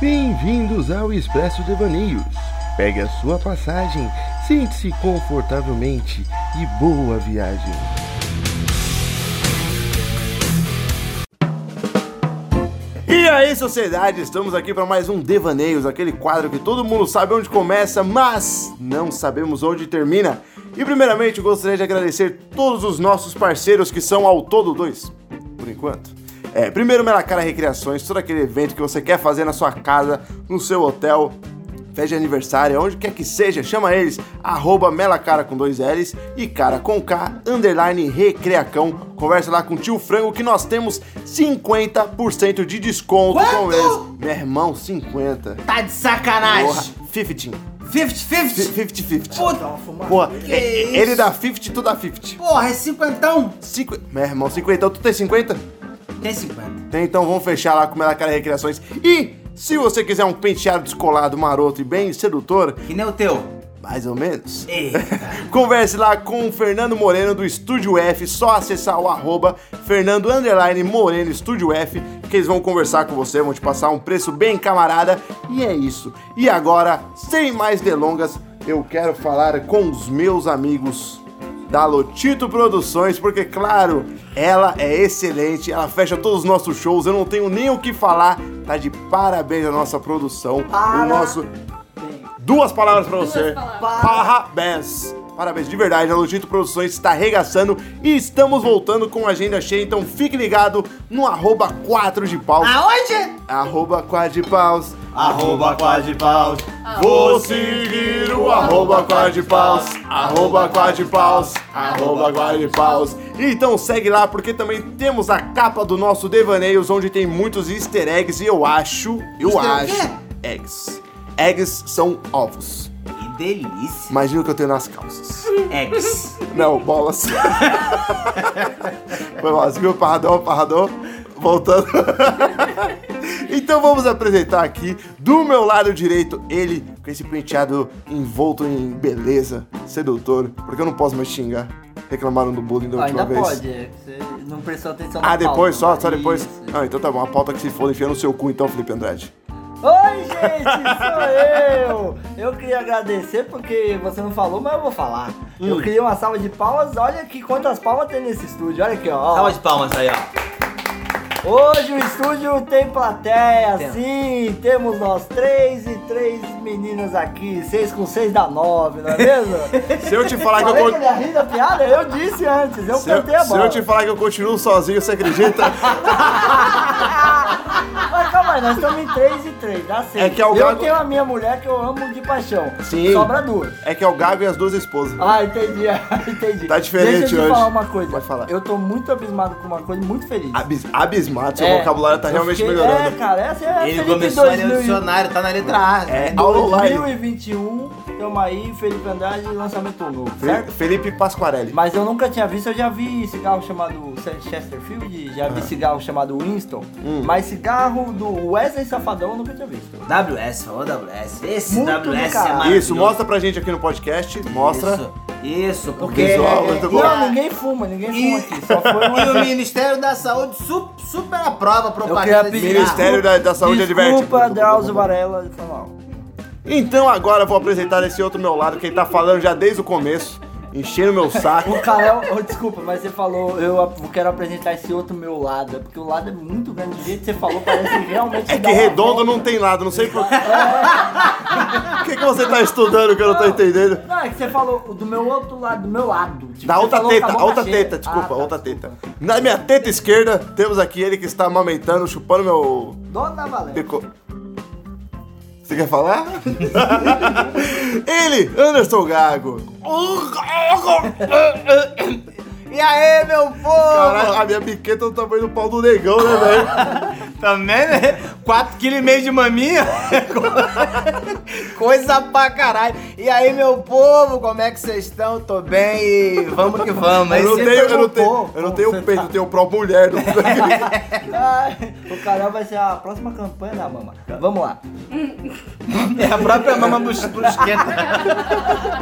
Bem-vindos ao Expresso Devaneios. Pegue a sua passagem, sente-se confortavelmente e boa viagem. E aí, sociedade, estamos aqui para mais um Devaneios, aquele quadro que todo mundo sabe onde começa, mas não sabemos onde termina. E primeiramente, gostaria de agradecer todos os nossos parceiros que são ao todo dois, por enquanto. É, primeiro, Melacara Recreações, todo aquele evento que você quer fazer na sua casa, no seu hotel, festa de aniversário, onde quer que seja, chama eles, arroba Melacara com dois L's e cara com K, underline Recreacão. Conversa lá com o tio Frango que nós temos 50% de desconto com Quanto? eles. Meu irmão, 50. Tá de Porra, sacanagem! 15. 50-50? 50-50. Puta, Porra, que é- isso? ele dá 50, tu dá 50. Porra, é cinquentão? Cinqu... Meu irmão, 50, tu tem 50? Tem 50. Tem, então vamos fechar lá com Melacara Recreações. E se você quiser um penteado descolado, maroto e bem sedutor, Que nem o teu. mais ou menos. Eita. Converse lá com o Fernando Moreno do Estúdio F, só acessar o arroba Fernando Underline Moreno Estúdio F, que eles vão conversar com você, vão te passar um preço bem camarada, e é isso. E agora, sem mais delongas, eu quero falar com os meus amigos da Lotito Produções, porque claro, ela é excelente, ela fecha todos os nossos shows, eu não tenho nem o que falar, tá de parabéns a nossa produção, o nosso Duas palavras pra você. Parabéns. Parabéns, de verdade, a Logito Produções está arregaçando e estamos voltando com a agenda cheia, então fique ligado no arroba 4 de paus. Aonde? Arroba 4 de paus. Arroba quase paus. Vou seguir o arroba 4 de paus. Arroba 4 de paus. Arroba 4 de paus. Então segue lá, porque também temos a capa do nosso Devaneios, onde tem muitos easter eggs e eu acho, eu Easter o acho, quê? eggs. Eggs são ovos. Que delícia. Imagina o que eu tenho nas calças. Ex. Não, bolas. Foi mal, você viu o Parradão, Parradão? Voltando. então vamos apresentar aqui, do meu lado direito, ele com esse penteado envolto em beleza, sedutor, porque eu não posso mais xingar. Reclamaram do bullying da Ah, última ainda vez. pode, é. Você não prestou atenção na Ah, depois? pauta, Só, só né? depois? Isso. Ah, então tá bom. A pauta que se for enfiar no seu cu, então, Felipe Andrade. Oi, gente, sou eu! Eu queria agradecer porque você não falou, mas eu vou falar. Hum. Eu queria uma salva de palmas, olha que quantas palmas tem nesse estúdio, olha aqui, ó. Salva de palmas aí, ó. Hoje o estúdio tem plateia, Tem. sim, temos nós três e três meninas aqui, seis com seis dá nove, não é mesmo? Se eu te falar que eu... Falei que con- ele ia rir da piada, eu disse antes, eu Se eu, cantei a se bola. eu te falar que eu continuo sozinho, você acredita? Mas calma aí, nós estamos em 3 e 3, dá certo. É que é o eu gago- tenho a minha mulher que eu amo de paixão. Sim. Sobra duas. É que é o Gago e as duas esposas. Ah, entendi, entendi. Tá diferente Deixa eu te hoje. falar uma coisa. Pode falar. Eu tô muito abismado com uma coisa, muito feliz. Abis- abismado, seu É, vocabulário tá eu realmente fiquei- melhorando. É, cara, essa é a Ele Felipe começou a ler o 2000 dicionário, tá na letra A. É, né? aula online. 2021, tamo aí, Felipe Andrade, lançamento novo, Fe- certo? Felipe Pasquarelli. Mas eu nunca tinha visto, eu já vi cigarro chamado Chesterfield, já Ah. vi cigarro chamado Winston, Hum. mas cigarro do Wesley Safadão eu nunca tinha visto. WS, falou WS. Esse Muito do WS é caralho. maravilhoso. Isso, mostra pra gente aqui no podcast. Mostra. Isso, isso porque... Visual, muito bom. é, Não, ninguém fuma, ninguém fuma aqui. Só foi um E o uma. Ministério da Saúde su- super aprova a queria propaganda pedir- cigarro. Ministério da, da Saúde adverte. Desculpa, Drauzio Varela, foi mal. Então agora eu vou apresentar esse outro meu lado, que ele tá falando já desde o começo, enchendo meu saco. O Carel, oh, desculpa, mas você falou, eu ap- quero apresentar esse outro meu lado, é porque o lado é muito grande, do jeito que você falou, parece que realmente. É dá que uma redondo volta. não tem lado, não sei por O que, que você tá estudando que eu não tô entendendo? Não, é que você falou do meu outro lado, do meu lado. Tipo, Da você outra falou com a teta, boca outra cheia. teta, desculpa, Ah, tá. outra teta. Na minha teta esquerda, temos aqui ele que está amamentando, chupando meu Dona Valéria. Deco- Você quer falar? Ele, Anderson Gago. E aí, meu povo? Caralho, a minha biqueta é do tamanho do pau do negão, né, velho? Também, né? 4,5 kg de maminha. Coisa pra caralho. E aí, meu povo, como é que vocês estão? Tô bem e vamos que vamos. é Aí Eu não você tenho, eu não perguntou. tenho, eu não tenho peito, eu tenho pró mulher. não- Ai, o Carel vai ser a próxima campanha da mama. Vamos lá. É a própria mama bus- brusquenta.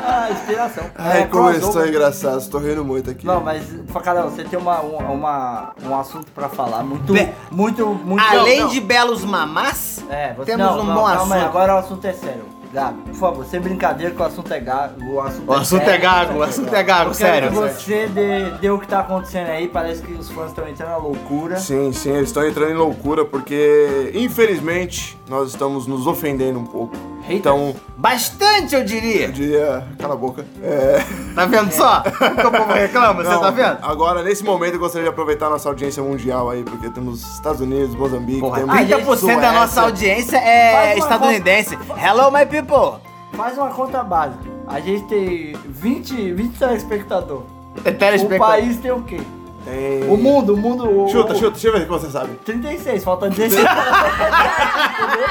Ah, inspiração. É, Ai, começou crossover. engraçado, tô rindo muito aqui. Não, mas, Facadão, você tem uma, um- uma, um assunto pra falar muito, Be- muito, muito Além não. de belos mamás, É, você temos não, um não, bom assunto. calma aí, agora o assunto é sério. Gago, por favor, sem brincadeira que o assunto é gago. O assunto, O assunto é sério. gago, o assunto é gago, Eu quero sério. que você dê, dê o que tá acontecendo aí, parece que os fãs estão entrando na loucura. Sim, sim, eles estão entrando em loucura porque, infelizmente, nós estamos nos ofendendo um pouco. Haters. Então, Bastante, eu diria. eu diria. Cala a boca. É. Tá vendo só? Que o povo reclama, você Não, tá vendo? Agora, nesse momento, eu gostaria de aproveitar nossa audiência mundial aí, porque temos Estados Unidos, Moçambique, Porra, temos. Ah, gente, é 30% da Suécia. nossa audiência Faz é uma estadunidense. Hello, my people. Faz uma conta básica. A gente tem 20, 20 telespectador. É O telespectador. país tem o quê? Tem- O mundo, o mundo. o- Chuta, o- chuta, deixa eu ver o que você sabe. 36, falta 16. Entendeu?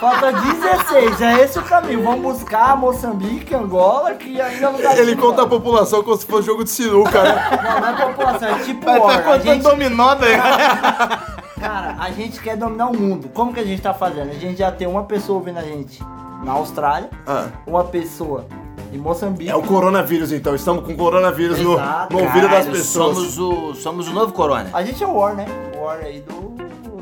falta 16, é esse o caminho. Vamos buscar Moçambique, Angola, que ainda não tá Ele aqui, conta a mano. população como se fosse jogo de sinuca, né? Não, não é população, é tipo Vai hora. tá A contando gente, dominó daí. cara, a gente quer dominar o mundo. Como que a gente tá fazendo? A gente já tem uma pessoa ouvindo a gente na Austrália, Ah, uma pessoa em Moçambique. é o coronavírus, então. Estamos com coronavírus no, Exato. no ouvido das Caralho, pessoas. Somos o, somos o novo Corona. A gente é o War, né? O War aí do,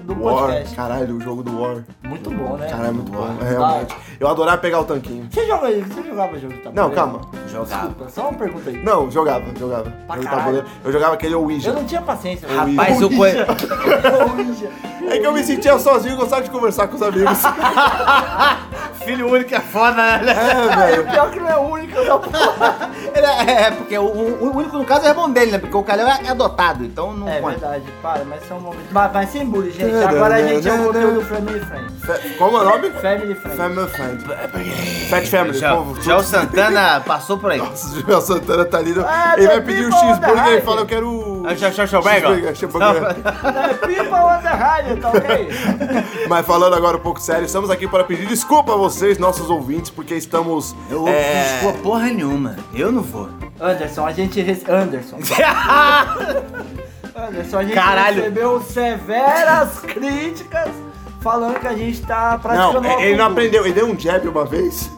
do War, um podcast. caralho, o jogo do War. Muito bom, né? Caralho, muito bom. Vai. É, realmente. Eu adorava pegar o tanquinho. Você joga Você jogava jogo de tabuleiro? Não, calma. Jogava. Desculpa, só uma pergunta aí. Não, jogava, jogava. Pra Jogo de caralho. tabuleiro. Eu jogava aquele Ouija. Eu não tinha paciência. Rapaz, eu conhe- É que eu me sentia sozinho e gostava de conversar com os amigos. Filho único é foda, né? é, Aí, o velho. pior que não é o único da porra. Ele é, é, porque o, o- o único no caso é o irmão dele, né? Porque o Calhão é, é adotado, então não É conta. verdade, para, mas são momentos. Mas, mas sem bullying, gente. Agora a gente é um conteúdo Family Friend. Fe- Como é o nome? Family Friend. Family Friend. Fat Family, Já, povo. já o Santana passou por aí. Nossa, o Joel Santana tá ali. no- Ah, ele vai the pedir o people on cheeseburger the e ele right. fala, eu quero... um Ah, show, show, show, bagel. cheeseburger, cheeseburger. É People on the Rádio, tá ok? Mas falando agora um pouco sério, estamos aqui para pedir desculpa a vocês, nossos ouvintes, porque estamos... Eu vou é, desculpa porra nenhuma. Eu não vou. Anderson, a gente. Rece... Anderson. Anderson, a gente Caralho. recebeu severas críticas falando que a gente tá praticando. Não, é, ele não algo- aprendeu. Ele deu um jab uma vez.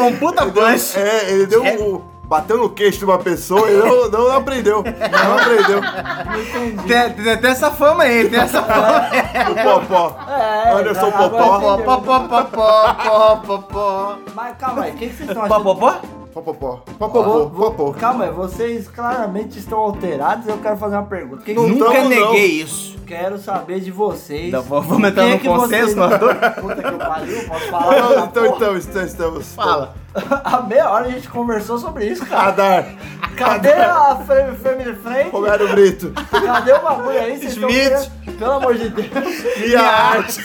um puta blush. É, ele deu Jab? um... Bateu no queixo de uma pessoa, ele não, não aprendeu. Não aprendeu. Não entendi. Tem, tem- tem essa fama aí, tem essa fama. O Popó. É, Anderson agora Popó. entendeu. Pó, pó, pó, pó, pó, pó, pó. Mas calma aí, o que que vocês estão Pó, pó, achando? pó? Popopó. Vou- Popopó. vou- Popó. Calma aí, vocês claramente estão alterados. Eu quero fazer uma pergunta. O que que Não vocês- tamo, Nunca não. neguei isso. Quero saber de vocês. Não, vamos- vamos entrar Quem é num que vocês- consenso, nós dois? Puta que pariu, posso Então, falar? essa então, porra? então, então, estamos. Fala. Há meia hora a gente conversou sobre isso, cara. Adar. Cadê a Fam- Family Friend? Romero Brito. Cadê o bagulho aí? Vocês estão Smith. querendo- Pelo amor de Deus. E a arte.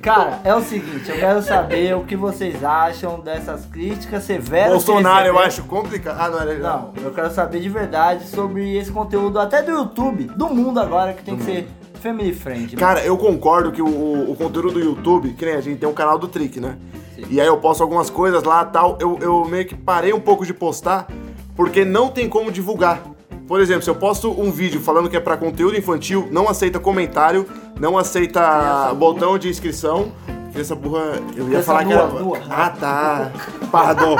Cara, é o seguinte, eu quero saber o que vocês acham dessas críticas severas. que Bolsonaro, eu receberam. acho complicado. Ah, não era ele, Não, eu quero saber de verdade sobre esse conteúdo, até do YouTube, do mundo agora, que tem que ser family friend. Cara, eu concordo que o, o- o conteúdo do YouTube, que nem a gente tem um canal do Trick, né? Sim. E aí eu posto algumas coisas lá tal. Eu, eu meio que parei um pouco de postar, porque não tem como divulgar. Por exemplo, se eu posto um vídeo falando que é pra conteúdo infantil, não aceita comentário, não aceita botão de inscrição. Criança burra, eu ia Criança falar que nua, era. nua. Ah, tá. Pardon.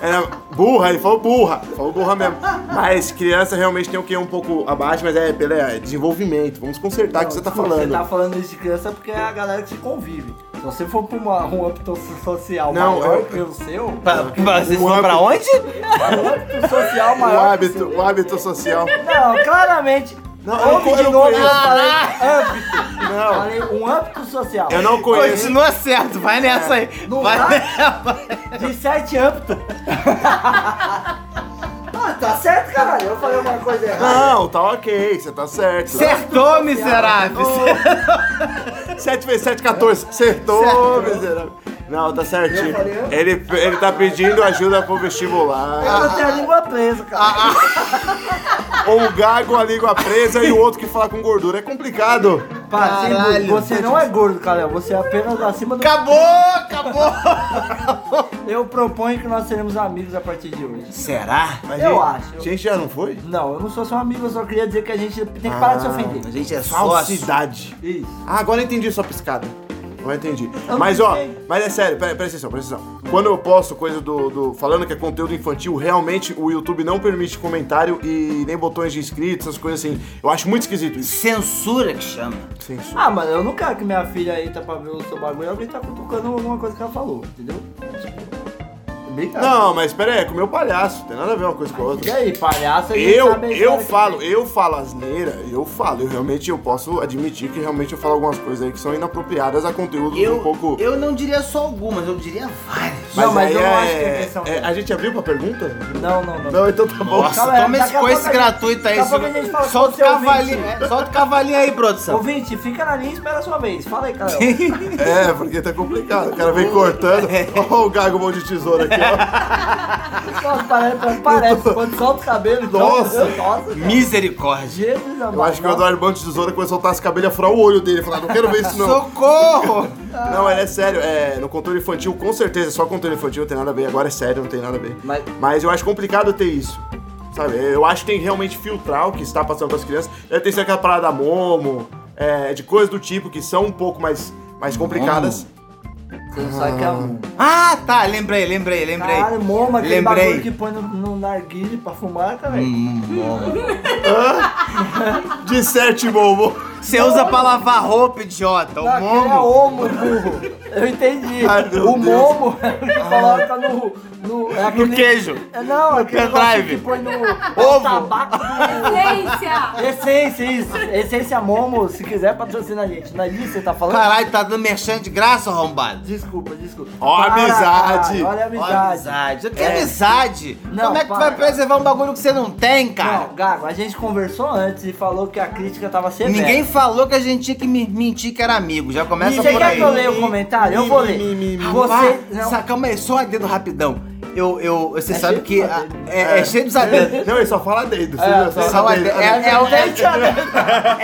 Era burra, ele falou burra. Falou burra mesmo. Mas criança realmente tem o que um pouco abaixo, mas é pelo é desenvolvimento. Vamos consertar o que você tá desculpa, falando. Você tá falando isso de criança porque é a galera que se convive. Se você for pra uma, um âmbito social Não, maior eu- que o seu, Pra- pra- Vocês Um vão pra onde? um âmbito social O maior. que o hábito, o hábito social. seu. Não, claramente. Não, eu ouve não- eu de não novo, eu conheço. falei âmbito. Ah! Não, Falei um âmbito social. eu não conheço. Continua certo, vai nessa aí. É. Não vai dá? nessa. De sete âmbitos. ah, tá certo, caralho. Eu falei uma coisa errada. Não, tá ok, você tá certo. Acertou, miserável. Sete vezes 7, 14. Acertou, miserável. Não, tá certinho. né? Ele, ele tá pedindo ajuda pro vestibular. Eu tenho a língua presa, cara. Ou o gago, a língua presa e o outro que fala com gordura. É complicado. Pá, sem Caralho, dúvida, você não é gordo, Calé. Você é apenas acima do. Acabou, acabou. Eu proponho que nós seremos amigos a partir de hoje. Será? Mas Eu gente- acho. Gente, já não foi? Não, eu não sou seu amigo, eu só queria dizer que a gente tem que parar de se Ah, ofender. gente é sócio. Falsidade. Isso. Ah, agora eu entendi sua piscada. Não entendi. não Mas ó, sei. mas é sério, pera, presta atenção, presta atenção. Quando eu posto coisa do, do- falando que é conteúdo infantil, realmente o YouTube não permite comentário e nem botões de inscritos, essas coisas assim. Eu acho muito esquisito isso. Censura que chama. Censura. Ah, mano, eu não quero que minha filha aí tá pra ver o seu bagulho e alguém tá cutucando alguma coisa que ela falou, entendeu? Tipo, Brincadeira. Não, mas pera aí, é com o meu palhaço, não tem nada a ver uma coisa com a E outra. aí, palhaço? a gente Eu, é sabe a história eu que falo, tem. eu falo asneira, eu falo, eu realmente eu posso admitir que realmente eu falo algumas coisas aí que são inapropriadas a conteúdos um Eu, pouco. eu não diria só algumas, eu diria várias. Não, mas aí eu não acho que é questão dela. A gente abriu pra pergunta? Não, não, não. Não, então tá bom. Nossa, Calma aí, toma daqui esse a coice pouco a gente- gratuito aí. daqui a pouco a gente fala Solta o com o seu cavalinho. ouvinte. é, Solta o cavalinho aí, produção. Ouvinte, fica na linha e espera a sua vez. Fala aí, cara. É, porque tá complicado. O cara vem cortando. Ó, o Gago mão de tesoura aqui, ó. Nossa, parece, parece. Quando solta o cabelo, então, Nossa. meu, nossa. Misericórdia. Jesus amado. Eu acho que o Eduardo Mão de Tesoura começou a soltar as cabelo e furar o olho dele. Falar, não quero ver isso não. Socorro! Não, mas é sério. É, no controle infantil, com certeza, só controle infantil não tem nada a ver. Agora é sério, não tem nada a ver. Mas- eu acho complicado ter isso. Sabe? Eu acho que tem que realmente filtrar o que está passando com as crianças. Deve ter sido aquela parada da Momo, é, de coisas do tipo que são um pouco mais, mais complicadas. Você não sabe que é um. Ah, tá, lembrei, lembrei, lembrei. Caralho, moma, aquele Lembrei. Hum, bagulho que põe no, no narguile pra fumar, cara. De certo, Momo. Você usa pra lavar roupa, idiota. O Não, aquele é momo. Ah, homo, burro. Eu entendi. Ai, meu Deus. o momo coloca no. No, é aquele- No queijo. É, não, é aquele negócio pendrive. que põe no. Ovo. Tabaco. Essência! Essência, isso. Essência Momo, se quiser patrocina a gente. Não é disso que você tá falando? Caralho, tá dando merchan de graça, arrombado. Desculpa, desculpa. Ó, Para, amizade. cara, Olha a Ó, amizade. amizade. Que É. amizade? Não, Como é que tu para, vai cara. preservar um bagulho que você não tem, cara? Não, Gago, a gente conversou antes e falou que a crítica tava severa. Ninguém falou que a gente tinha que me- mentir que era amigo. Já começa Você por quer aí. Ah, que eu leia o comentário? Eu vou ler. Você. Rapaz, Não. sa- calma aí, só um adendo rapidão. Eu, eu, você É sabe que cheio dos a- adendos. é, é cheio dos adendos. Não, ele só fala dedo. você É, viu? Só Só um fala adendo. dedo. É, é, é,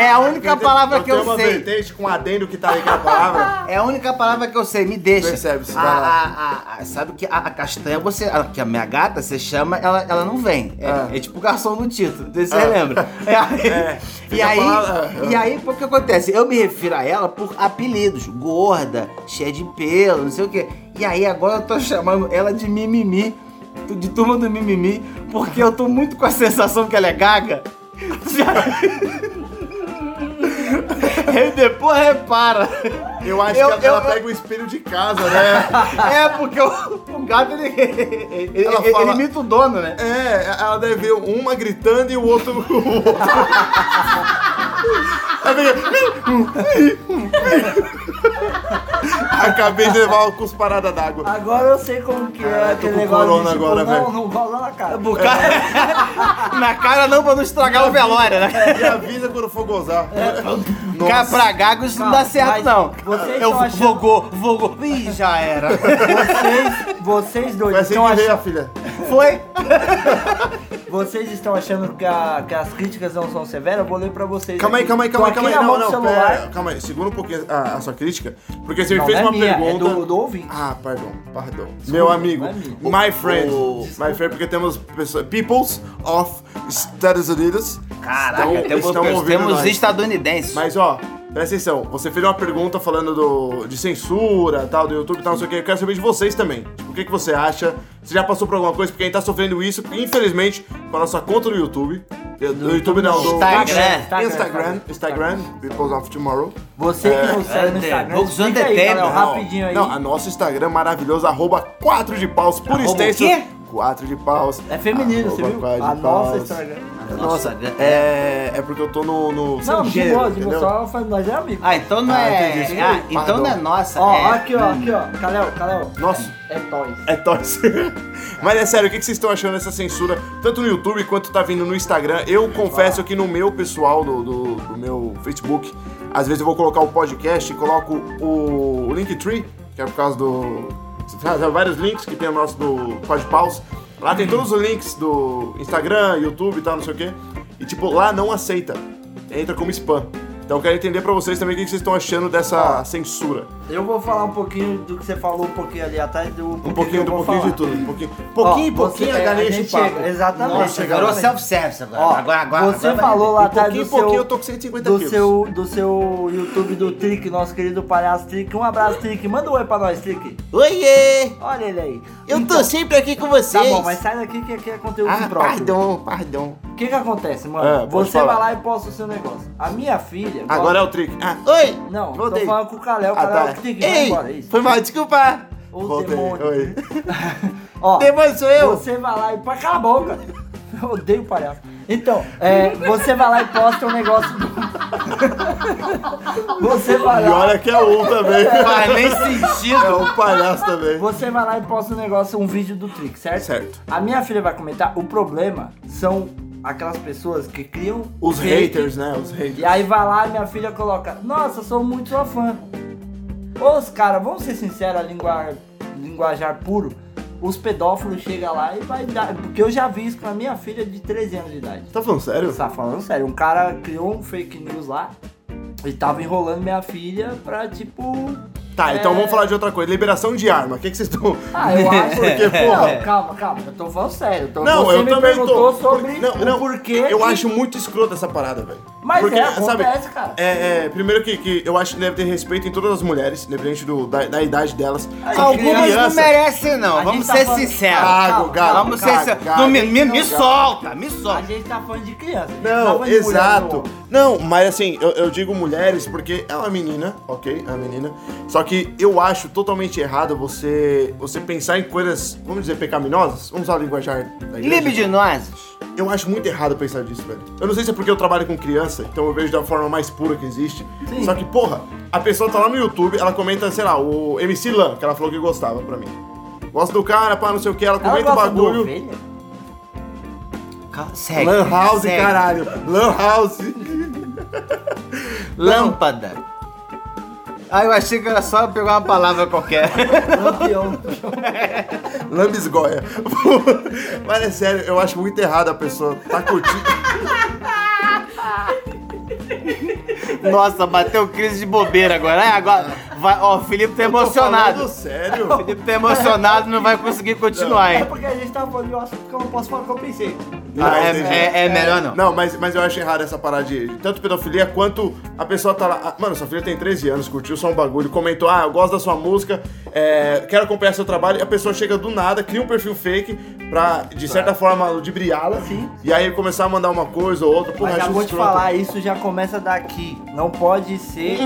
é a única palavra que eu tenho uma sei. vertente com adendo que tá aí com a palavra. É a única palavra que eu sei, me deixa. Percebe-se, A- vai lá. a- a- a- Sabe que a, a castanha, você. A, que a minha gata, você chama, ela, ela não vem. É, Ah. é tipo garçom no título, não sei se você lembra. É, aí- É, e fica aí, falando- é, e aí, pô, o que acontece? Eu me refiro a ela por apelidos. Gorda, cheia de pelo, não sei o quê. E aí agora eu tô chamando ela de mimimi, de turma do mimimi, porque eu tô muito com a sensação que ela é gaga. E depois repara. Eu acho Eu- que ela, tá eu- ela pega o espelho de casa, né? É, porque o, o gato, ele, ele, ele- Ela ele fala- imita o dono, né? É, ela deve ver uma gritando e o outro. O outro. Ela "Hum, fica- Acabei de levar com os paradas d'água. Agora eu sei como que é Caralho, tô aquele com negócio. corona de, tipo, agora, não, velho. É um não rola na cara. O cara- na cara não, pra não estragar o velório, né? Me avisa quando for gozar. É, Nossa. Cara, pra gago isso não Calma, dá certo, mas não. vocês Eu tão achando- vogou, vogou. Ih, já era. Vocês, Vai vocês dois ser estão que veio achando, a filha. Foi? vocês estão achando que, a- que as críticas não são severas? Eu vou ler pra vocês. Calma aí, aqui. calma aí, Tô calma aí, aqui calma aí. na Não, mão do não, celular. pera. Calma aí, segura um pouquinho a, a sua crítica. Porque você me Não, fez não é uma minha, é pergunta. do- do ouvinte. Ah, perdão, perdão. Meu amigo, não é minha. my friend. O- My friend, porque temos pessoas. Peoples of Estados Unidos. Caraca, estão, temos, estão temos, ouvindo nós. estadunidenses. Mas ó, presta atenção, você fez uma pergunta falando do, de censura, tal, do YouTube, tal, não sei o que. Eu quero saber de vocês também. Tipo, o que, que você acha? Você já passou por alguma coisa? Porque a gente tá sofrendo isso, infelizmente, com a nossa conta no YouTube. Do, do YouTube não, do Instagram. Instagram, Instagram, Instagram, Peoples of Tomorrow. Você que não segue no É, Instagram, Vox explica aí, Entertainment. Gabriel, Não, rapidinho aí. Não, a nosso Instagram maravilhoso, arroba 4 de paus por Arroba o extenso. quê? 4 de paus. É feminino, você arroba viu? quatro de A nossa paus. Instagram. Nossa, é. É, é porque eu tô no. no Não, sem de gênero, boa, de boa, entendeu? só faz nós é amigo. Ah, então não Ah, é. entendi. Ah, então Pardon. não é nossa. Ó, é. aqui, ó, aqui, ó. Calel, Calel. Nossa. É toys. É torce. Mas é sério, o que que vocês estão achando dessa censura, tanto no YouTube quanto tá vindo no Instagram? Eu confesso que no meu pessoal, do, do- do meu Facebook, às vezes eu vou colocar o podcast e coloco o, o Linktree, que é por causa do. Há vários links que tem o nosso do Podpaus. Lá tem todos os links do Instagram, YouTube e tal, não sei o quê. E tipo, lá não aceita. Entra como spam. Então eu quero entender pra vocês também o que que vocês estão achando dessa censura. Eu vou falar um pouquinho do que você falou um pouquinho ali atrás do. Um pouquinho, um do pouquinho de tudo. Um pouquinho, pouquinho, em pouquinho é, a galinha de papo. Exatamente. Nossa, virou exatamente. self-service agora. Tá Ó, agora, agora. você agora vai- falou lá E atrás Um pouquinho em pouquinho eu do seu, tô com 150 do quilos. seu do seu YouTube do Trick, nosso querido palhaço Trick. Um abraço, Trick. Manda um oi pra nós, Trick. Oiê! Olha ele aí. Eu Então, tô sempre aqui com vocês. Tá bom, mas sai daqui que aqui é conteúdo Ah, próprio. pardon, pardon. O que que acontece, Ah, mano? pode Você falar. vai lá e posta o seu negócio. A minha filha... Agora é o trick. Ah, Oi! Não, Voltei. tô falando com o Caléo. O Ah, Caléo tá. que tem que ir Ei! embora, é isso. Foi mal, desculpa. Ô, voltei. demônio. Oi. Ó, Demônio sou eu. Você vai lá e. Pá, cala a boca! Eu odeio palhaço. Então, é, você vai lá e posta um negócio. do- você vai E lá. olha que é um também. Faz nem sentido. É um palhaço também. Você vai lá e posta um negócio, um vídeo do Trick, certo? Certo. A minha filha vai comentar. O problema são aquelas pessoas que criam. Os fake, haters, né? Os haters. E aí vai lá e minha filha coloca: Nossa, sou muito sua fã. Os caras, vamos ser sinceros, a lingua- linguajar puro. Os pedófilos chegam lá e vai dar. Porque eu já vi isso com a minha filha de 13 anos de idade. Tá falando sério? Você tá falando sério, um cara criou um fake news lá e tava enrolando minha filha pra tipo. Tá, então É. vamos falar de outra coisa. Liberação de arma. O que, que vocês estão. Ah, eu acho. Porque, porra. Não, calma, calma, eu tô falando sério. Tô, Não, você eu me também perguntou tô. sobre não, o não, porquê. Eu que- acho muito escroto essa parada, velho. Mas é, acontece, cara. É, é, primeiro que, que eu acho que deve ter respeito em todas as mulheres, independente do, da, da idade delas. Só que Algumas não criança- merecem, não. A Vamos gente tá ser falando- sinceros. Cago, gago, Vamos ser cago, sinceros. gago. Não, me, me, me Não, solta, me A solta. gente tá falando de criança. a gente tá Não, falando de mulher, exato. não. Não, mas assim, eu, eu digo mulheres porque é uma menina, ok? É uma menina. Só que eu acho totalmente errado você você pensar em coisas, vamos dizer, pecaminosas. Vamos usar a linguajar da igreja. Libidinosos. Eu acho muito errado pensar disso, velho. Eu não sei se é porque eu trabalho com criança, então eu vejo da forma mais pura que existe. Só que, porra, a pessoa tá lá no YouTube, ela comenta, sei lá, o MC Lan, que ela falou que gostava pra mim. Gosta do cara, pá, não sei o que, ela Ela comenta o gosta do bagulho. ovelha? Cal- Segue. Lan House, segue. caralho. Lan House. Lâmpada. Ah, eu achei que era só pegar uma palavra qualquer. Lampião. Lambisgoia. Mas é sério, eu acho muito errado a pessoa tá curtindo. Nossa, bateu crise de bobeira agora. É, agora. Vai, ó, o Felipe tá Tô emocionado. falando sério? O Felipe tá emocionado, não vai conseguir continuar, É hein? porque a gente tá falando de um assunto que eu não posso falar o que eu pensei. Ah, é, entendi. é- é melhor não. Não, mas, mas eu acho errado essa parada de tanto pedofilia quanto a pessoa tá lá. ah, Mano, sua filha tem 13 anos, curtiu só um bagulho, comentou, ah, eu gosto da sua música, é, quero acompanhar seu trabalho. E a pessoa chega do nada, cria um perfil fake pra, Tá. de certa forma, ludibriá-la. Sim. E aí começar a mandar uma coisa ou outra. Porra, Mas acho acabou de escroto. falar, então. isso já começa daqui. Não pode ser.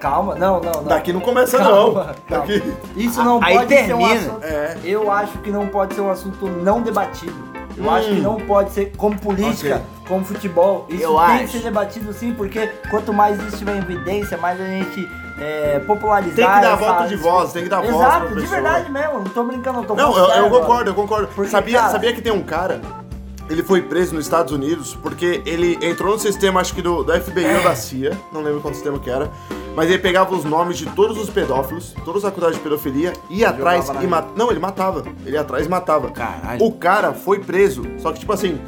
Calma, não, não, não. Uhum, Daqui não começa, Calma, não. calma. Daqui. Isso não Aí pode ser um termina. assunto. É. Eu acho que não pode ser um assunto não debatido. Eu acho Hum. que não pode ser como política, como futebol. Isso Eu tem acho. que ser debatido sim, porque quanto mais isso tiver evidência, mais a gente é, popularizar. Tem que dar essa- voto de voz, tem que dar voz pra Exato, de pessoa. verdade mesmo. Não tô brincando, não tô Não, falando eu, eu sério agora. concordo, eu concordo. Porque, sabia, cara- sabia que tem um cara, ele foi preso nos Estados Unidos porque ele entrou no sistema, acho que do, do FBI ou da CIA, não lembro qual sistema que era, mas ele pegava os nomes de todos os pedófilos, todos os acusados de pedofilia, ia atrás e matava. Não, ele matava. Ele ia atrás e matava. Caralho. O cara foi preso, só que tipo assim.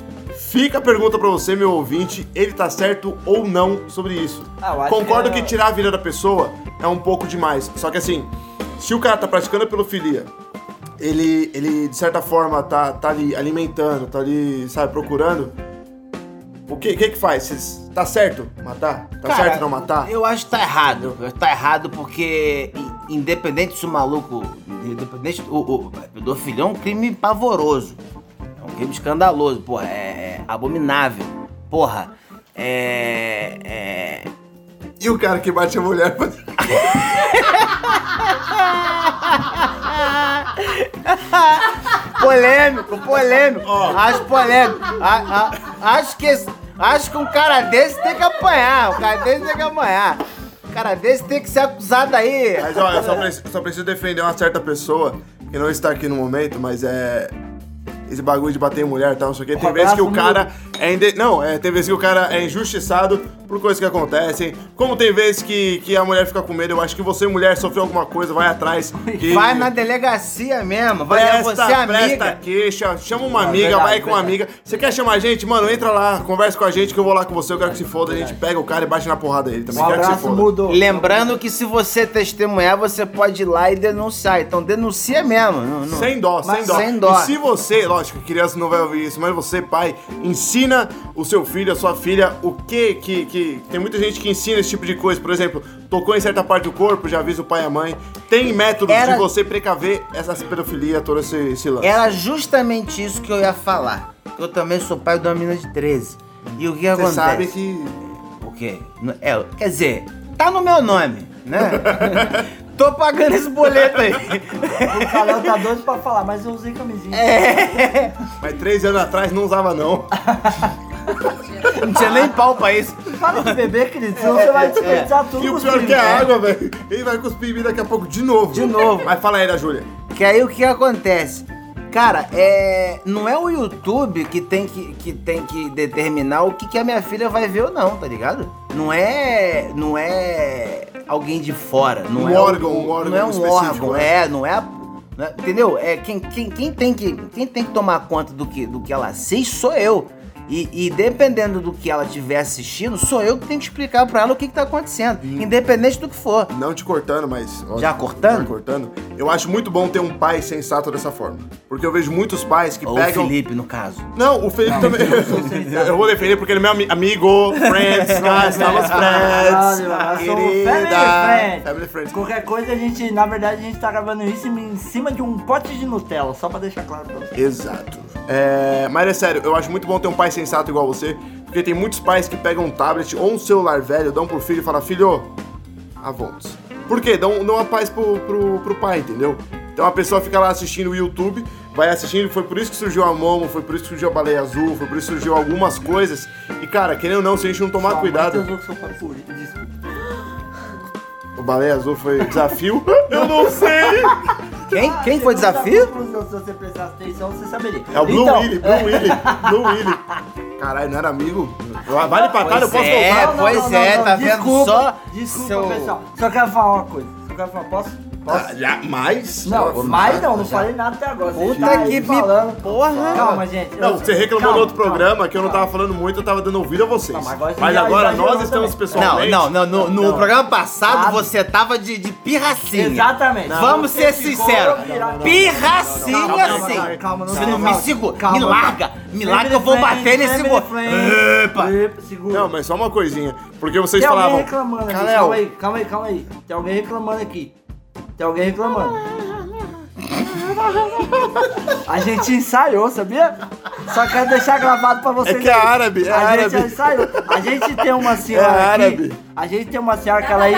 Fica a pergunta pra você, meu ouvinte, ele tá certo ou não sobre isso. Ah, eu acho Concordo que que, é- tirar a vida da pessoa é um pouco demais. Só que assim, se o cara tá praticando pedofilia, ele, ele de certa forma tá, tá ali alimentando, tá ali, sabe, procurando. O que que, que faz? Cês- tá certo matar? Tá Cara, certo não matar? Eu acho que tá errado. Eu acho que Tá errado porque, i- independente se o maluco. Independente. O, o pedofilia é um crime pavoroso. É um crime escandaloso, porra. É, é abominável. Porra. É. é E o cara que bate a mulher. polêmico, polêmico. Ó. Acho polêmico. A- a- acho que. esse- Acho que um cara desse tem que apanhar. Um cara desse tem que apanhar. Um cara desse tem que ser acusado aí. Mas ó, eu só preciso, só preciso defender uma certa pessoa que não está aqui no momento, mas é. Esse bagulho de bater em mulher e tal, não sei o quê. Tem vezes que o cara É inde- Não, é, tem vezes que o cara é injustiçado por coisas que acontecem. Como tem vezes que, que a mulher fica com medo, eu acho que você, mulher, sofreu alguma coisa, vai atrás. e- Vai na delegacia mesmo, vai levar Presta, você é amiga. presta queixa, chama uma Não, amiga, verdade, vai com uma verdade. amiga. Você quer chamar a gente? Mano, entra lá, conversa com a gente que eu vou lá com você, eu quero que se foda. A gente pega o cara e bate na porrada dele também. Um quero que se abraço, foda. mudou. Lembrando que se você testemunhar, você pode ir lá e denunciar. Então denuncia mesmo. Não, não- Sem dó, sem Mas dó. sem dó. E se você, lógico, que criança não vai ouvir isso, mas você, pai, ensina o seu filho, a sua filha, o que que. que... Tem muita gente que ensina esse tipo de coisa. Por exemplo, tocou em certa parte do corpo, já avisa o pai e a mãe. Tem métodos Era- de você precaver essa pedofilia, todo esse, esse lance. Era justamente isso que eu ia falar. Eu também sou pai de uma menina de 13. E o que Você acontece? sabe que. Porque, é, quer dizer, tá no meu nome, né? Tô pagando esse boleto aí. O Carol tá doido pra falar, mas eu usei camisinha. É. Mas três anos atrás não usava, não. Não tinha nem pau pra isso. Para de beber, querido, senão você É. vai desperdiçar tudo. E o com os pior que é filhos. a água, velho. Ele vai cuspir daqui a pouco de novo. De novo. Mas fala aí da Júlia. Que aí o que acontece? Cara, é. Não é o YouTube que tem que, que, tem que determinar o que, que a minha filha vai ver ou não, tá ligado? Não é. Não é alguém de fora. Não Um é órgão, um Não é órgão um específico, órgão, né? é, não é. a- não é- Entendeu? É, quem, quem, quem, tem que, quem tem que tomar conta do que, do que ela assiste sou eu. E, e dependendo do que ela estiver assistindo, sou eu que tenho que explicar pra ela o que, que tá acontecendo. Independente do que for. Não te cortando, mas. ó, Já cortando? Já cortando. Eu acho muito bom ter um pai sensato dessa forma. Porque eu vejo muitos pais que Ou o pegam. Felipe, no caso. Não, o Felipe também. Eu, vou defender porque ele é meu ami- amigo, friends, nós estamos friends. Caralho, mano, eu sou querida. family friend. Family friends. É. Qualquer coisa, a gente, na verdade, a gente tá gravando isso em cima de um pote de Nutella, só pra deixar claro pra você. Exato. É, mas é sério, eu acho muito bom ter um pai sensato igual você, porque tem muitos pais que pegam um tablet ou um celular velho, dão pro filho e falam, filho, avontes. Por quê? Dão, dão a paz pro, pro, pro pai, entendeu? Então a pessoa fica lá assistindo o YouTube, vai assistindo, foi por isso que surgiu a Momo, foi por isso que surgiu a Baleia Azul, foi por isso que surgiu algumas coisas. E cara, querendo ou não, se a gente não tomar Só, Ah, cuidado, mas eu sou pai por- Desculpa. o Baleia Azul foi desafio. eu não sei! Quem, quem Você foi não desafio? sabe conclusão, Se você prestasse atenção, você saberia. É o Blue então, Willy, Blue Willy, Blue Willy. Caralho, não era amigo? Vale pra caralho, eu posso voltar. É, pois é, tá vendo desculpa, só? Desculpa, Seu- pessoal. Só quero falar uma coisa. Só quero falar, posso? Posso? Ah, já- mais? Não, mas não, não falei nada até agora. Você Puta tá aí que me- falando. porra. Calma, gente. Não, você reclamou Calma, no outro calma. programa que eu não tava falando muito, eu tava dando ouvido a vocês. Não, mas agora mas você já agora exagerou nós estamos também. pessoalmente. não, no, no Não. programa passado Sabe? você tava de, de pirracinha. Exatamente. Vamos ser Você ficou sinceros. virado- Não, não, não, não, não, não, não, não, não, Pirracinha Calma, calma, sim. calma, calma, não você tem não me exalte. segura. Calma. Me larga. Me larga que eu vou Family bater friend, nesse family go- friend. Epa, Segura. Não, mas só uma coisinha. Porque vocês Tem falavam. alguém reclamando aqui. Kalel, Calma aí, calma aí, calma aí. Tem alguém reclamando aqui. Tem alguém reclamando. A gente ensaiou, sabia? Só quero deixar gravado pra vocês. É que é aí. árabe, é a árabe. gente ensaiou. A gente tem uma senhora É aqui. árabe. A gente tem uma senhora que ela aí.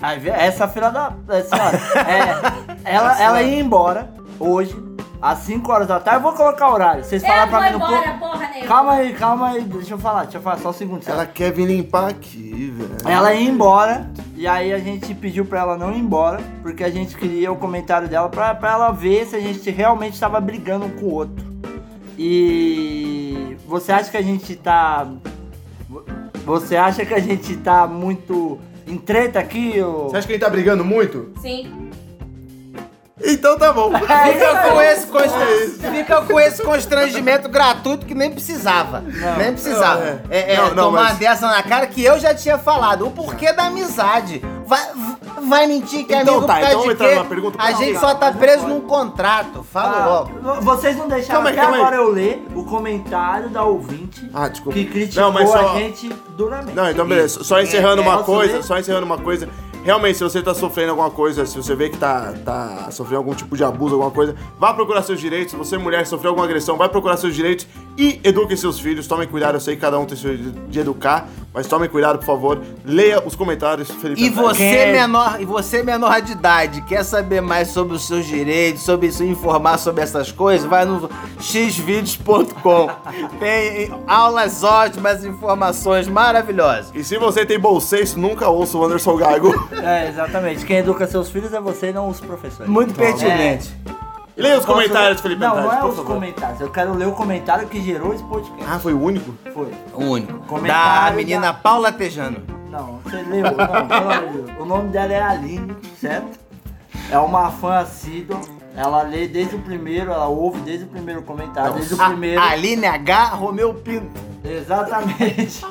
Aí vê- Essa filha da. é, senhora, é, ela, ela ia embora hoje, às 5 horas da tarde. Eu vou colocar o horário. Vocês falaram Eu vou pra mim no embora, pouco. É, porra, né? nego. Calma aí, calma aí. Deixa eu falar, deixa eu falar só um segundo. senhora. Ela quer vir limpar aqui, velho. Ela ia embora, e aí a gente pediu pra ela não ir embora, porque a gente queria o comentário dela pra, pra ela ver se a gente realmente tava brigando um com o outro. E você acha que a gente tá. vo- Você acha que a gente tá muito em treta aqui? ô? Você acha que a gente tá brigando muito? Sim. Então tá bom. É, Fica com, esse constrangimento, fica com esse constrangimento gratuito que nem precisava. nem precisava. Não, é. É, é, Não, não, tomar mas- dessa na cara que eu já tinha falado. O porquê da amizade. Vai, vai mentir que é Então amigo tá, por então causa de vamos entrar quê? numa pergunta. A Não, gente não, só tá não preso pode. num contrato. Fala Ah, logo. vocês não deixaram tá, Calma aí, até calma aí. agora eu ler o comentário da ouvinte Ah, desculpa. que criticou Não, mas só- a gente duramente. Não, então beleza. Só É, encerrando uma posso coisa, ler? só encerrando uma coisa. Realmente, se você tá sofrendo alguma coisa, se você vê que tá, tá sofrendo algum tipo de abuso, alguma coisa, vá procurar seus direitos. Se você, mulher, sofreu alguma agressão, vai procurar seus direitos e eduque seus filhos. Tomem cuidado, eu sei que cada um tem seu jeito de educar, mas tomem cuidado, por favor. Leia os comentários, Felipe. E tá Andrade. você, menor, e você, menor de idade, quer saber mais sobre os seus direitos, sobre se informar sobre essas coisas? Vai no xvideos.com. Tem aulas ótimas, informações maravilhosas. E se você tem bolseis, nunca ouça o Anderson Gago. É, exatamente. Quem educa seus filhos é você e não os professores. Muito pertinente. Leia os Posso- comentários, Felipe Não, Andrade, não é por os favor. comentários. Eu quero ler o comentário que gerou esse podcast. Ah, foi o único? Foi. O único. É, Comentário da menina Paula Tejano. Não, você leu. Não, pelo amor de Deus. O nome dela é Aline, certo? É uma fã assídua. Ela lê desde o primeiro, ela ouve desde o primeiro comentário, desde o A- primeiro. Aline H. Romeu Pinto. Exatamente.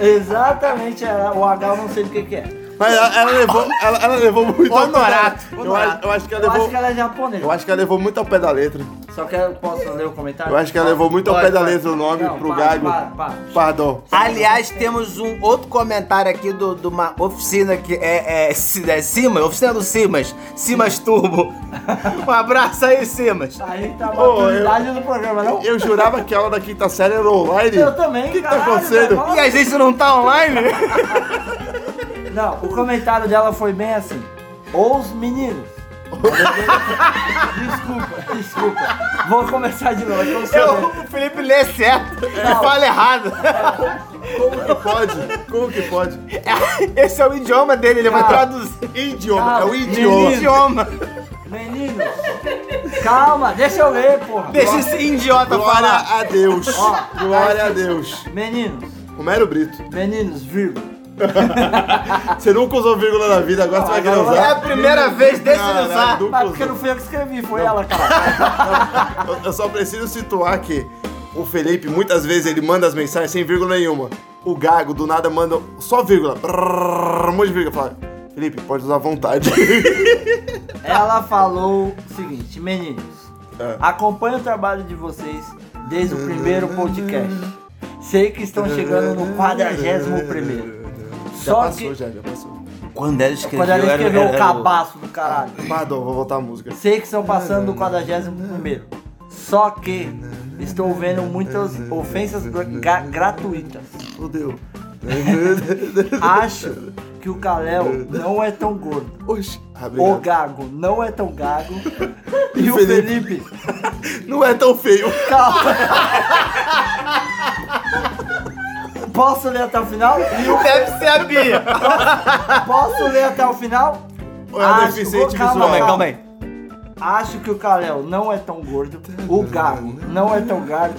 Exatamente, ela- o H eu não sei do que, que é. Mas ela, ela levou, ela, ela levou muito ao pé da- Honorato, Eu, honorato. acho- eu acho que ela Eu levou. acho que ela é japonesa. Eu acho que ela levou muito ao pé da letra. Só que eu posso ler o comentário? Eu acho que ela levou muito ao Pode, pé da pode. letra o nome Não, pro para, Gago. para, para. Pardon. Aliás, temos um outro comentário aqui do- de uma oficina que é, é, Si- é Simas, oficina do Simas, Simas Turbo. Um abraço aí, Simas. Aí tá a Ô, maturidade do programa, não? Eu jurava que a aula da quinta série era online. Eu também, O que, que tá caralho, né? acontecendo? velho. E a gente não tá online? Não, o comentário dela foi bem assim. Os meninos. desculpa, desculpa. Vou começar de novo. é Eu não sei ler. Eu- o Felipe lê certo, fala errado. Como que pode? Como que pode? Esse é o idioma dele, ele vai Cara. traduzir. Idioma, é o Ah, idioma. menino. Idioma. Meninos, calma, deixa eu ler, porra. Deixa esse idiota Glória falar. a Deus. Ó, Glória tá a escrito. Deus. Meninos, Homero Brito. meninos, vírgula. Você nunca usou vírgula na vida, agora você vai querer agora- usar. É a primeira vez desse Caralho, usar. nunca Mas usou. porque não fui eu que escrevi, foi ela, cara. Eu- Eu só preciso situar que o Felipe, muitas vezes, ele manda as mensagens sem vírgula nenhuma. O Gago, do nada, manda só vírgula. Brrr, um monte de vírgula. Fala, Felipe, pode usar à vontade. Ela falou o seguinte, meninos, É. acompanho o trabalho de vocês desde o primeiro podcast. Sei que estão chegando no 41 primeiro. Já Só passou, que já, já passou. Quando ela quando ela escreveu o cabaço do caralho. Pardon, vou voltar a música. Sei que estão passando do 41. Só que estou vendo muitas ofensas gra- ga- gratuitas. Fudeu. Acho que o Kalel não é tão gordo. Oxi. Ah, O obrigado. Gago não é tão gago. E o Felipe. Felipe. Não é tão feio. Calma. Posso ler até o final? E o- Deve ser a Bia. Posso ler até o final? Ou é deficiente visual? ah, Calma aí, calma aí. Acho que o Kalel não é tão gordo. O Gago não é tão gago.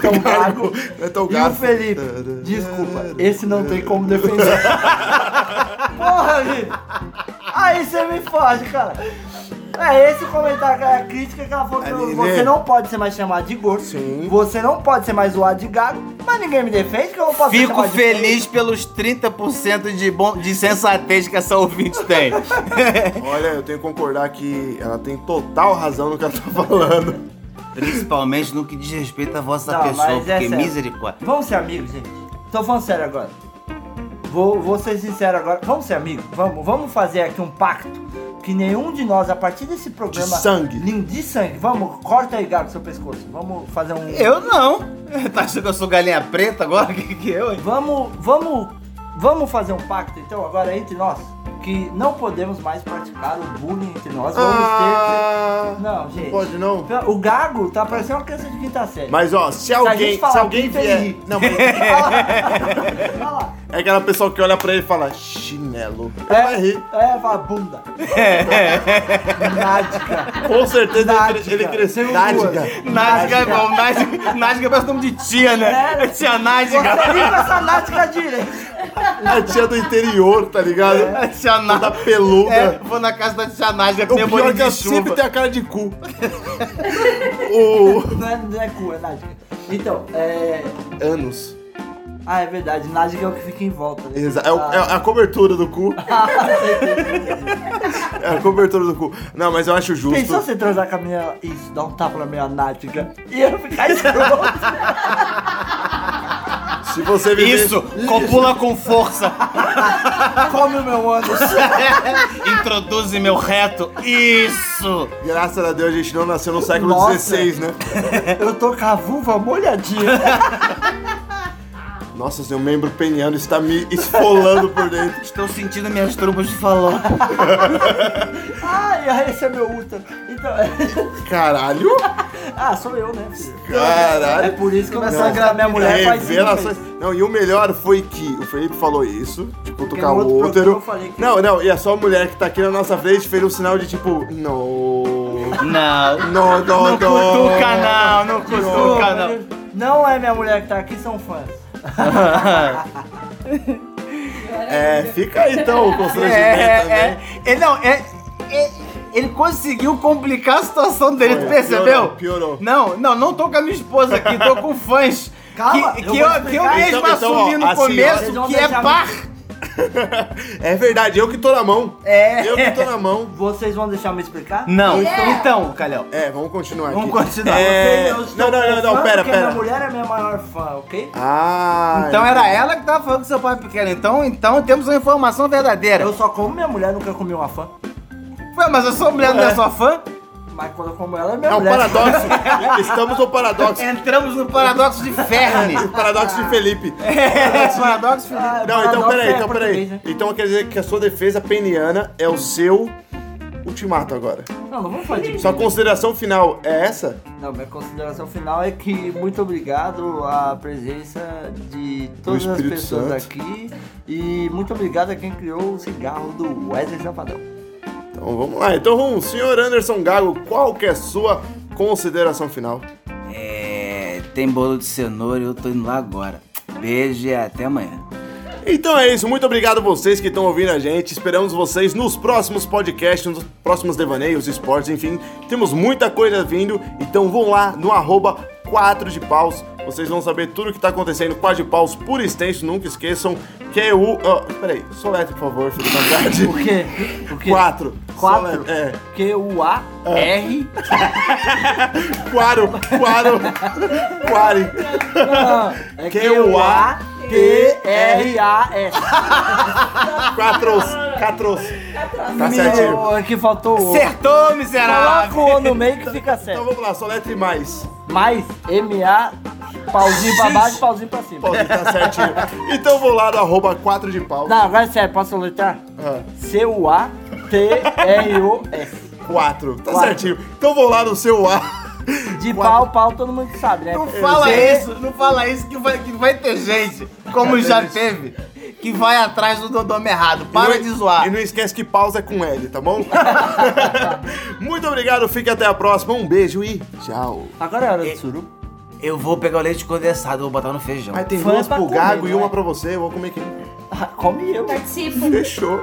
Tão gago. Não é tão E o gago. Felipe, desculpa, esse não tem como defender. Porra, gente! Aí você me foge, cara. É esse o comentário, cara, a crítica que ela falou que Aline. você não pode ser mais chamado de gordo, Sim. você não pode ser mais zoado de gago, mas ninguém me defende que eu não posso ser Fico chamado de feio. feliz pelos 30% de, bom, de sensatez que essa ouvinte tem. Olha, eu tenho que concordar que ela tem total razão no que ela tá falando. Principalmente no que diz respeito à vossa Não, pessoa, mas é porque sério. misericórdia. Vamos ser amigos, gente. Tô falando sério agora. Vou, vou ser sincero agora. Vamos ser amigos? Vamos, vamos fazer aqui um pacto. Que nenhum de nós, a partir desse programa. sangue. Lindo, de sangue. Vamos, corta aí, Gago, seu pescoço. Vamos fazer um. Eu não. Tá achando que eu sou galinha preta agora? Que que eu, hein? Vamos, vamos, vamos fazer um pacto então agora entre nós. Que não podemos mais praticar o bullying entre nós. Ah. Vamos ter. Não, gente. pode Ah, não? O Gago tá parecendo uma criança de quinta série. Mas ó, se a alguém, gente falar se alguém aqui, ele vier, ri. não, mas Olha lá. é aquela pessoa que olha pra ele e fala chinelo. Ele vai rir. É, é fala bunda. Nádica. Com certeza ele, Nádica. cre- ele cresceu Nádica. Nádiga é bom. Nádiga, Nádiga parece nome de tia, né? É. Tia Você Nádiga. ri com essa nádica direito. A É tia do interior, tá ligado? É, Tia Da Nádiga. peluda. É, vou na casa da tia Nádiga, O pior bolinho é que ela de sempre chuva. tem a cara de cu. o Não é, não é cu, é nádica. Então, é... anos. Ah, é verdade. Nádica é o que fica em volta. Né? Exa- É, o- Ah. é a cobertura do cu. é a cobertura do cu. Não, mas eu acho justo. Pensou você transar com a minha. Isso, dá um tapa na minha nádica. E eu ficar escroto. Se você viver. Isso, copula com força. Come o meu ânus. Introduze meu reto. Isso. Graças a Deus a gente não nasceu no século Nossa. XVI, né? Eu tô com a vulva molhadinha. Nossa, seu membro peniano está me esfolando por dentro. Estou sentindo minhas trombas de falou. Ai, esse é meu útero. Então, Caralho! ah, sou eu, né? filho? É Caralho! por isso que eu Não. sangrar minha mulher faz isso. Revelações. mesmo. Não, e o melhor foi que o Felipe falou isso, tipo, tocar no o útero. outro é programa eu falei que- Não, não, e a sua mulher que tá aqui na nossa frente fez um sinal de tipo, não. Não. Não, não, Não cutuca não, não cutuca não. Não é minha mulher que tá aqui, são fãs. É, fica aí então o É, constrangimento né? também. é, é, Ele não, é, é- ele conseguiu complicar a situação dele, Foi, tu é. percebeu? piorou, piorou. Não, não, não tô com a minha esposa aqui, tô com fãs. Calma, que eu que eu, vou que eu explicar. Então- mesmo então, ó, assumi no a senhora- Vocês começo vão que é deixar par. É verdade, eu que tô na mão. É. Eu que tô na mão. Vocês vão deixar eu me explicar? Não, É. então, Calhão. É, vamos continuar Vamos aqui. continuar. É... Tá, Eu estou Não, não, não, não, confessando pera, que pera. Minha mulher é minha maior fã, ok? Ah, Então era ela que tava falando que seu pai é pequeno. Então, então temos uma informação verdadeira. Eu só como minha mulher, nunca comi uma fã. Ué, mas eu sou mulher, não é sua fã? Mas quando eu como ela, é minha É um mulher. paradoxo. Estamos no paradoxo. Entramos no paradoxo de Ferne. O paradoxo de Felipe. É, paradoxo de Ah, Não, então paradoxo peraí, é então português, peraí. né? Então quer dizer que a sua defesa peniana é o seu ultimato agora. Não, não vamos falar de Sua consideração final é essa? Não, minha consideração final é que muito obrigado à presença de todas as Espírito pessoas Santo. aqui e muito obrigado a quem criou o cigarro do Wesley Safadão. Então vamos lá. Então vamos, senhor Anderson Gago, qual que é a sua consideração final? É, tem bolo de cenoura e eu tô indo lá agora. Beijo e até amanhã. Então é isso, muito obrigado a vocês que estão ouvindo a gente. Esperamos vocês nos próximos podcasts, nos próximos devaneios, esportes, enfim. Temos muita coisa vindo, então vão lá no arroba 4 de paus. Vocês vão saber tudo o que tá acontecendo com a de paus por extenso, nunca esqueçam. Que é o. ó, peraí, soletra, por favor, filho da tarde. Por quê? Por quê? 4. Quatro? É. Porque o A, R. Quaro, quaro, quare. É Que que o o A, A, T, R, A, S. Quatros, quatros. Tá certinho. Meu, é que faltou o O. Acertou, Coloca o O no miserável! meio que fica Então certo. vamos lá, soletre mais. Mais M, A, pauzinho pra baixo, pauzinho pra cima. Paulinho, tá certinho. Então vou lá no arroba 4 de pau. Não, agora é sério, posso soletrar? Ah. C-U-A-T-R-O-S. 4. Tá Quatro. certinho. Então vou lá no seu A. Quatro. De pau, pau, todo mundo sabe, né? Não fala Você- isso, não fala isso que vai, que vai ter gente, como já teve, que vai atrás do nome errado. Para E não- de zoar. E não esquece que pausa é com L, tá bom? Muito obrigado, fique até a próxima. Um beijo e tchau. Agora é hora do suru. Eu vou pegar o leite condensado, vou botar no feijão. Mas tem Fã duas é pra pro comer, Gago e não é? né? uma pra você. Eu vou comer aqui. Come eu. Participo. Fechou.